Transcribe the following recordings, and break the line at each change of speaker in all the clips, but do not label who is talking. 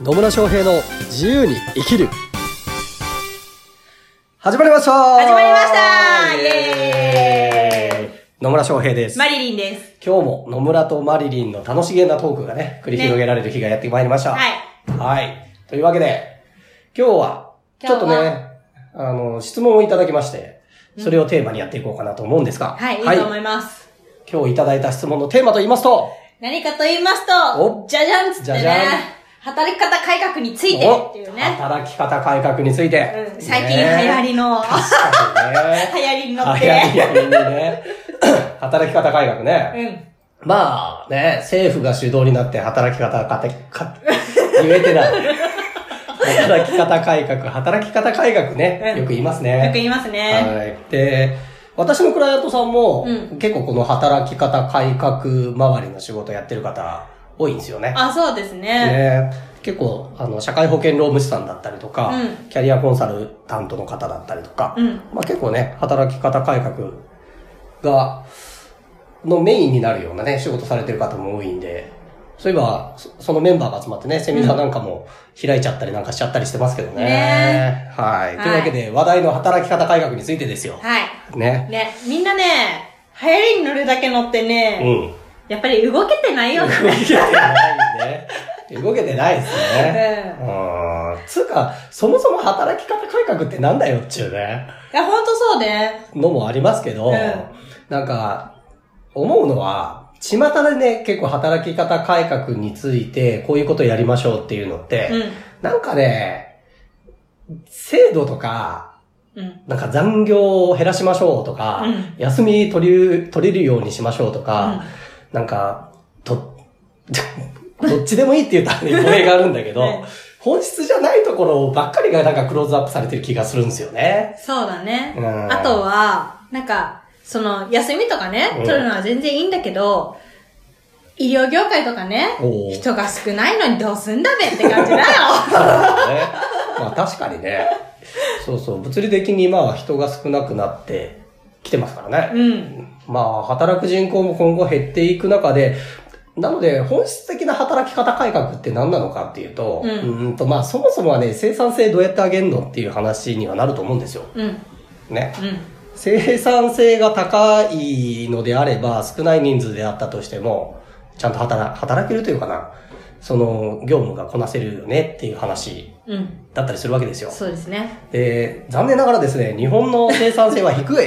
野村翔平の自由に生きる始まりました
始まりましたイエーイ
野村翔平です。
マリリンです。
今日も野村とマリリンの楽しげなトークがね、繰り広げられる日がやってまいりました。
はい。
はい。というわけで、今日は、ちょっ
今日は
とね、あの、質問をいただきまして、それをテーマにやっていこうかなと思うんですが、
はい、いいと思います。
今日いただいた質問のテーマと言いますと、
何かと言いますと
お、
じゃじゃんっつって
じゃじゃん
ね、働き方改革について
お
っていうね。
働き方改革について。
うん最近流行
り。
りの、
確かにね。
流行りに乗っ
流行り
て。
やりにね。働き方改革
う
ね。
ん。
まあね、政府が主導になって働き方かて、か、言えてない。働き方改革、働き方改革ね
う。ん
よく言います
よく
ね。
言いますね。
はい。で、私のクライアントさんも、
う
結構この働き方改革周りの仕事やってる方多いんですよね。
あ、そうですね。
ね、結構あの社会保険労務士さんだったりとか、
うん
キャリアコンサルタントの方だったりとか、
うん。
まあ、結構ね働き方改革がのメインになるようなね仕事されてる方も多いんでそういえばそそのメンバーが集まってねセミナーなんかも開いちゃったりなんかしちゃったりしてますけどね。
ね
はい、
はい
というわけで話題の働き方改革についてですよ。
はい。
ね。
ね、みんなね、流行りに乗るだけ乗って
う
ね、
ん。
やっぱり動けてないよ
動
ね。
けてないね。動けてないですね。
う
うん。つうか、そもそも働き方改革ってなんだよっちゅうね、
いや、ほんとそうね。
のもありますけど、
うん
なんか、思うのは、巷でね、結構働き方改革について、こういうことやりましょうっていうのって、
う
なんかね、制度とか、
ん。うん。
なんか残業を減らしましょうとか、
うん
休み取り、取れるようにしましょうとか、
うん
なんか、と、 どっちでもいいって言ったらね、語弊があるんだけど、
ね
本質じゃないところばっかりがなんかクローズアップされてる気がするんですよね。
そうだね。
うん
あとは、なんか、その、休みとかね
うん、
取るのは全然いいんだけど、医療業界とかね
お、ー
人が少ないのにどうすんだべって感じだよ。
ね まあ確かにね。そうそう、物理的に今は人が少なくなってきてますからね。
うん。
まあ働く人口も今後減っていく中で、なので本質的な働き方改革って何なのかっていうと、
うん
んとまあそもそもはね、生産性どうやって上げるのっていう話にはなると思うんですよ。
うん。
ね。
うん。
生産性が高いのであれば、少ない人数であったとしても、ちゃんと働働けるというかな、その業務がこなせるよねっていう話
うん。
だったりするわけですよ。
そうですね。
で、残念ながらですね、日本の生産性は低い。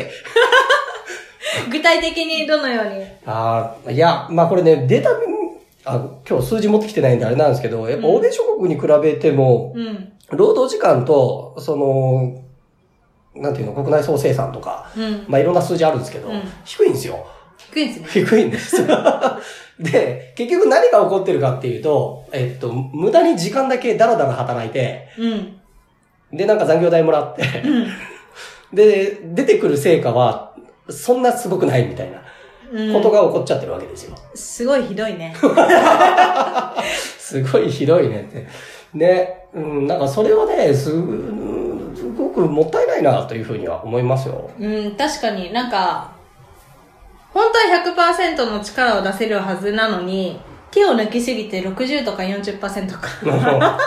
具体的にどのように
あーいや、まあこれね、データ、あ今日数字持ってきてないんであれなんですけど、やっぱ欧米諸国に比べても、
うん。
労働時間と、その、なんていうの、国内総生産とか、
うん。
まあいろんな数字あるんですけど、
うん
低いんですよ。
低いんですね。
低いんです。 で、結局何が起こってるかっていうと、えっと、無駄に時間だけダラダラ働いて、
うん。
で、なんか残業代もらって、
うん。
で、出てくる成果は、そんなすごくないみたいな
うん。
ことが起こっちゃってるわけですよ。
すごいひどいね。
すごいひどいねって。ね、うん、なんかそれはね、す、うんすごくもったいないなというふうには思いますよ。
うん、確かになんか、本当は100%の力を出せるはずなのに、手を抜きすぎて60とか40%とか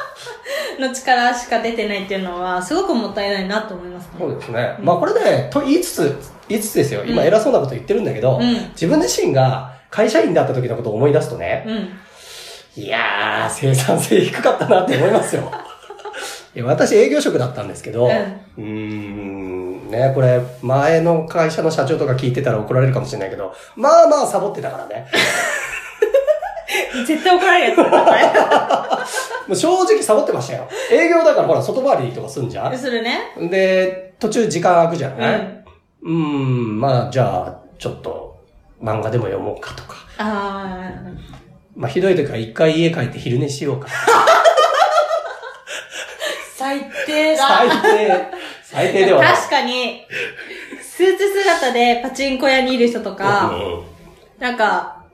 の力しか出てないっていうのは、すごくもったいないなと思います
そ
ね。
うですね。まあこれで、と言いつつ、言いつつですよ。今偉そうなこと言ってるんだけど、
うん
自分自身が会社員だった時のことを思い出すとね、
うん。
いやー、生産性低かったなって思います よ。いや私営業職だったんですけど、
う
うんーん、ね、これ、前の会社の社長とか聞いてたら怒られるかもしれないけど、まあまあサボってたからね。
絶対怒られるやつだね。
もう正直サボってましたよ。営業だからほら、外回りとかすんじゃ ん
するね。
で、途中時間空くじゃ
うん。
ない、
あ
うーん、まあ、じゃあ、ちょっと、漫画でも読もうかとか。
あー。
まあ、ひどい時は一回家帰って昼寝し ようか。
最低だ。
最低、最低ではない。
確かに、スーツ姿でパチンコ屋にいる人とか、なんか、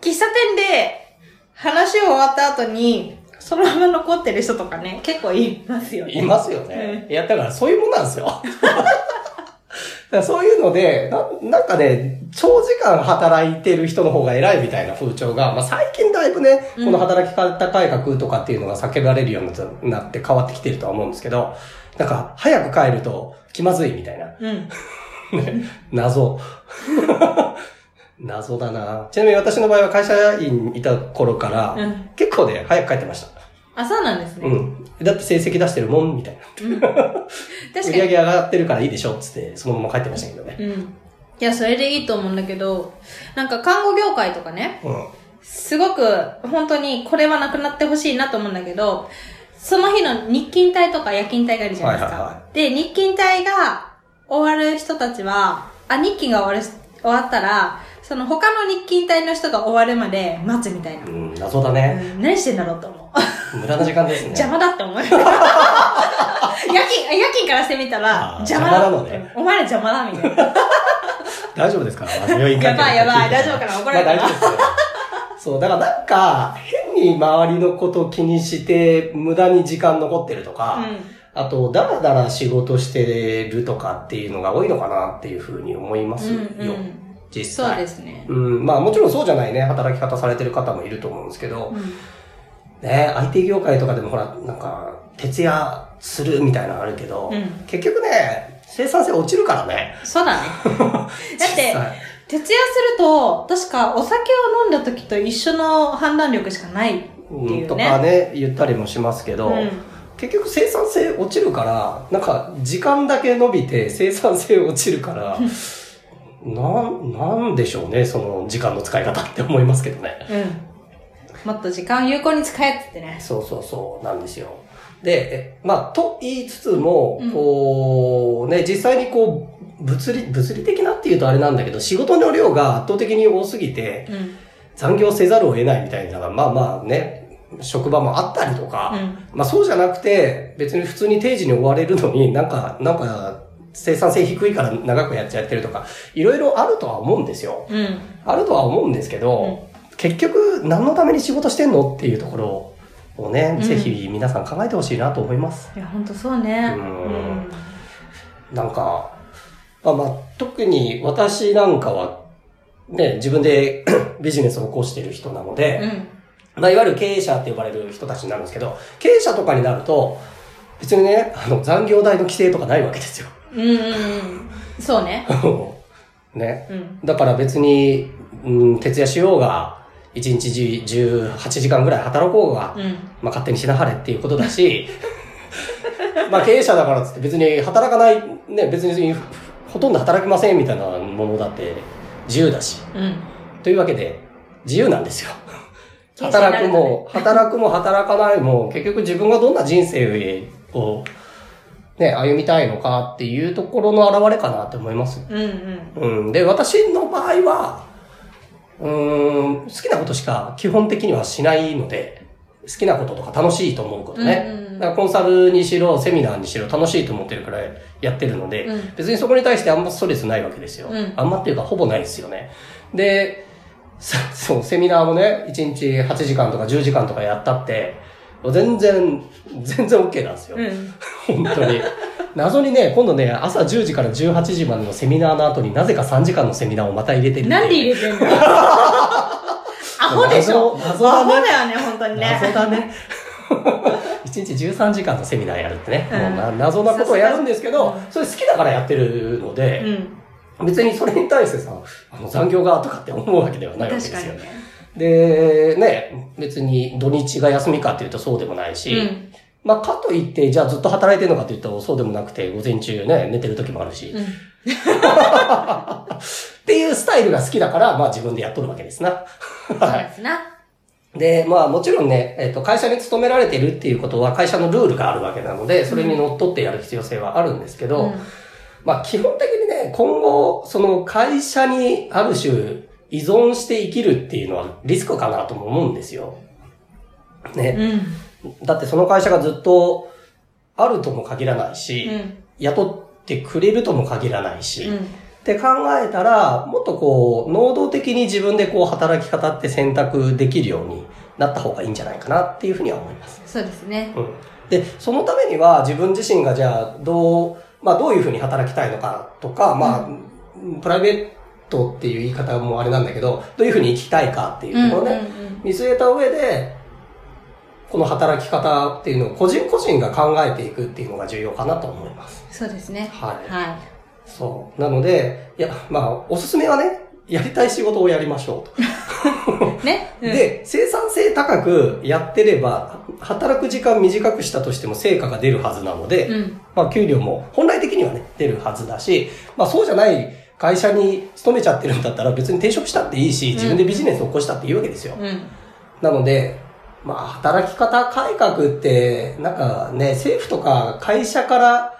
喫茶店で話を終わった後に、そのまま残ってる人とかね、結構いますよ
うん
ね。
いますよね。いや、だからそういうもんなんですよ。からそういうのでな、なんかね、長時間働いてる人の方が偉いみたいな風潮が、まあ最近だいぶね、この働き方改革とかっていうのが叫ばれるようになって変わってきてるとは思うんですけど、なんか早く帰ると気まずいみたいな。
うん。
ね謎。 謎だなちなみに私の場合は会社員いた頃から、
うん
結構ね、早く帰ってました。
あ、そうなんですね。
うん。だって成績出してるもん、みたいな。売
確
り
か
上
に。
げ上がってるからいいでしょ、つって、そのまま帰ってましたけどね。
うん。いや、それでいいと思うんだけど、なんか看護業界とかね、
うん。
すごく本当にこれはなくなってほしいなと思うんだけど、その日の日勤帯とか夜勤帯がいるじゃないですか。
はいはいは
で、日勤帯が終わる人たちは、あ、日勤が終わるし、終わったら、その他の日勤帯の人が終わるまで待つみたいな。
うん、謎だね。
うん何してんだろうと思う。
無駄な時間ですね。
邪魔だって思う。夜勤、あ夜勤からしてみたら、
あー
邪魔だ。
邪魔なのね
お前ら邪魔だみた いな。
大丈夫ですか病院帰って
やばい やばい大丈夫かな怒られた
まあ大丈夫ですよ。そう、だからなんか、変に周りのこと気にして、無駄に時間残ってるとか、
う
あと、だらだら仕事してるとかっていうのが多いのかなっていうふうに思いますよ。
ん。うんうん。
実
そう
際。
ですね。
うん、まあもちろんそうじゃないね、働き方されてる方もいると思うんですけど、
うん
ね、IT 業界とかでもほら、なんか、徹夜するみたいなのあるけど、
うん
結局ね、生産性落ちるからね。
そうだね。だって
実、際
徹夜すると、確かお酒を飲んだ時と一緒の判断力しかないって
う
い
ん、と
う
か
ね。
ね、言ったりもしますけど、
うん
結局生産性落ちるから、なんか時間だけ伸びて生産性落ちる から、なん、なんでしょうね、その時間の使い方って思いますけどね。
うん。もっと時間を有効に使えっつってね。
そうそうそう、なんですよ。で、えまあ、と言いつつも、
うん
こう、ね、実際にこう、物理、物理的なっていうとあれなんだけど、仕事の量が圧倒的に多すぎて、
うん。
残業せざるを得ないみたいなのが、まあまあね、職場もあったりとか、
うん。
まあそうじゃなくて、別に普通に定時に追われるのに、なんか、なんか、生産性低いから長くやっちゃってるとか、いろいろあるとは思うんですよ。
うん。
あるとは思うんですけど、結局、何のために仕事してんのっていうところをね、
うん
ぜひ皆さん考えてほしいなと思います。
いや、ほんとそうね。
うんなんか、まあまあ、特に私なんかは、ね、自分で ビジネスを起こしてる人なので、
うん。
まあ、いわゆる経営者って呼ばれる人たちになるんですけど、経営者とかになると、別にね、あの、残業代の規制とかないわけですよ。
うんうんうん。そうね。
ね。
うん。
だから別に、うん、徹夜しようが、1日じ18時間ぐらい働こうが、
うん。
まあ、勝手にしなはれっていうことだし、 まあ、経営者だからっつって別に働かない、ね、別にほとんど働きませんみたいなものだって自由だし。
うん。
というわけで、自由なんですよ。
経営者にな
働
る
くも、働くも働かないも、結局自分がどんな人生を、ね、歩みたいのかっていうところの表れかなって思います。
うんうん。
うん。で、私の場合は、うーん、好きなことしか基本的にはしないので、好きなこととか楽しいと思うことね。
うんうんうん
だからコンサルにしろ、セミナーにしろ、楽しいと思ってるくらいやってるので、
うん
別にそこに対してあんまストレスないわけですよ。
うん
あんまっていうかほぼないですよね。で、さそう、セミナーもね、1日8時間とか10時間とかやったって、全然、全然 OK なんですよ。
うん。
本当に。謎にね、今度ね、朝10時から18時までのセミナーの後になぜか3時間のセミナーをまた入れてるっていう
なんで入 れてんのアホでしょ
謎謎だね
アホだよね、本当にね。
謎だね。1日13時間のセミナーやるってね、
うん
もうな謎なことをやるんですけど
さす、
それ好きだからやってるの
う
で、
ん。
別にそれに対してさ、あの残業がとかって思うわけではないわけで
確
す
かに
よ。
ね。
で、ね、別に土日が休みかっていうとそうでもないし、
うん
まあかといって、じゃあずっと働いてるのかというとそうでもなくて、午前中ね、寝てる時もあるし、
うん。
っていうスタイルが好きだから、まあ自分でやっとるわけですな。
そうですな。
で、まあもちろんね、えっ、と、会社に勤められてるっていうことは会社のルールがあるわけなので、それに則っってやる必要性はあるんですけど、
うん
まあ基本的にね、今後、その会社にある種依存して生きるっていうのはリスクかなとも思うんですよ。ね。
うん。
だってその会社がずっとあるとも限らないし、
うん。
雇ってくれるとも限らないし、
うん。
って考えたら、もっとこう、能動的に自分でこう、働き方って選択できるようになった方がいいんじゃないかなっていうふうには思います。
そうですね。
うん。で、そのためには自分自身がじゃあ、どう、まあどういうふうに働きたいのかとか、まあ、プライベートっていう言い方もあれなんだけど、どういうふうに生きたいかっていうところね、見据えた上で、この働き方っていうのを個人個人が考えていくっていうのが重要かなと思います。
そうですね。
はい
は
そう。なので、いや、まあ、おすすめはね、やりたい仕事をやりましょうと。
い。ね。うん、
で、生産性高くやってれば、働く時間短くしたとしても成果が出るはずなので、
うん。
まあ給料も本来的にはね、出るはずだし、まあそうじゃない会社に勤めちゃってるんだったら別に転職したっていいし、自分でビジネスを起こしたっていいわけですよ。
うん。
なので、まあ働き方改革って、なんかね、政府とか会社から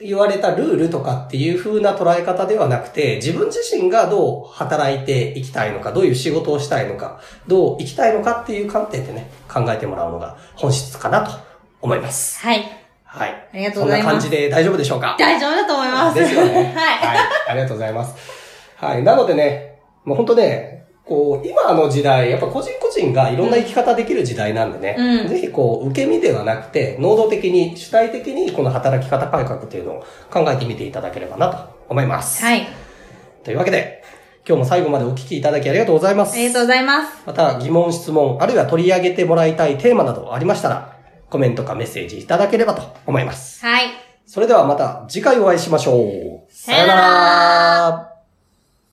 言われたルールとかっていう風な捉え方ではなくて、自分自身がどう働いていきたいのか、どういう仕事をしたいのか、どう生きたいのかっていう観点でね、考えてもらうのが本質かなと思います。
はい。
はい。
ありがとうございます
そんな感じで大丈夫でしょうか
大丈夫だと思います。
ですよね。
はい。
ありがとうございます。はい。なのでね、もう本当ね、こう、今の時代、やっぱ個人個人がいろんな生き方できる時代なんでね、
うん
ぜひこう、受け身ではなくて、能動的に、主体的にこの働き方改革というのを考えてみていただければなと思います。
はい。
というわけで、今日も最後までお聞きいただきありがとうございます。
ありがとうございます。
また疑問、質問、あるいは取り上げてもらいたいテーマなどありましたら、コメントかメッセージいただければと思います。
はい。
それではまた次回お会いしましょう。
さよなら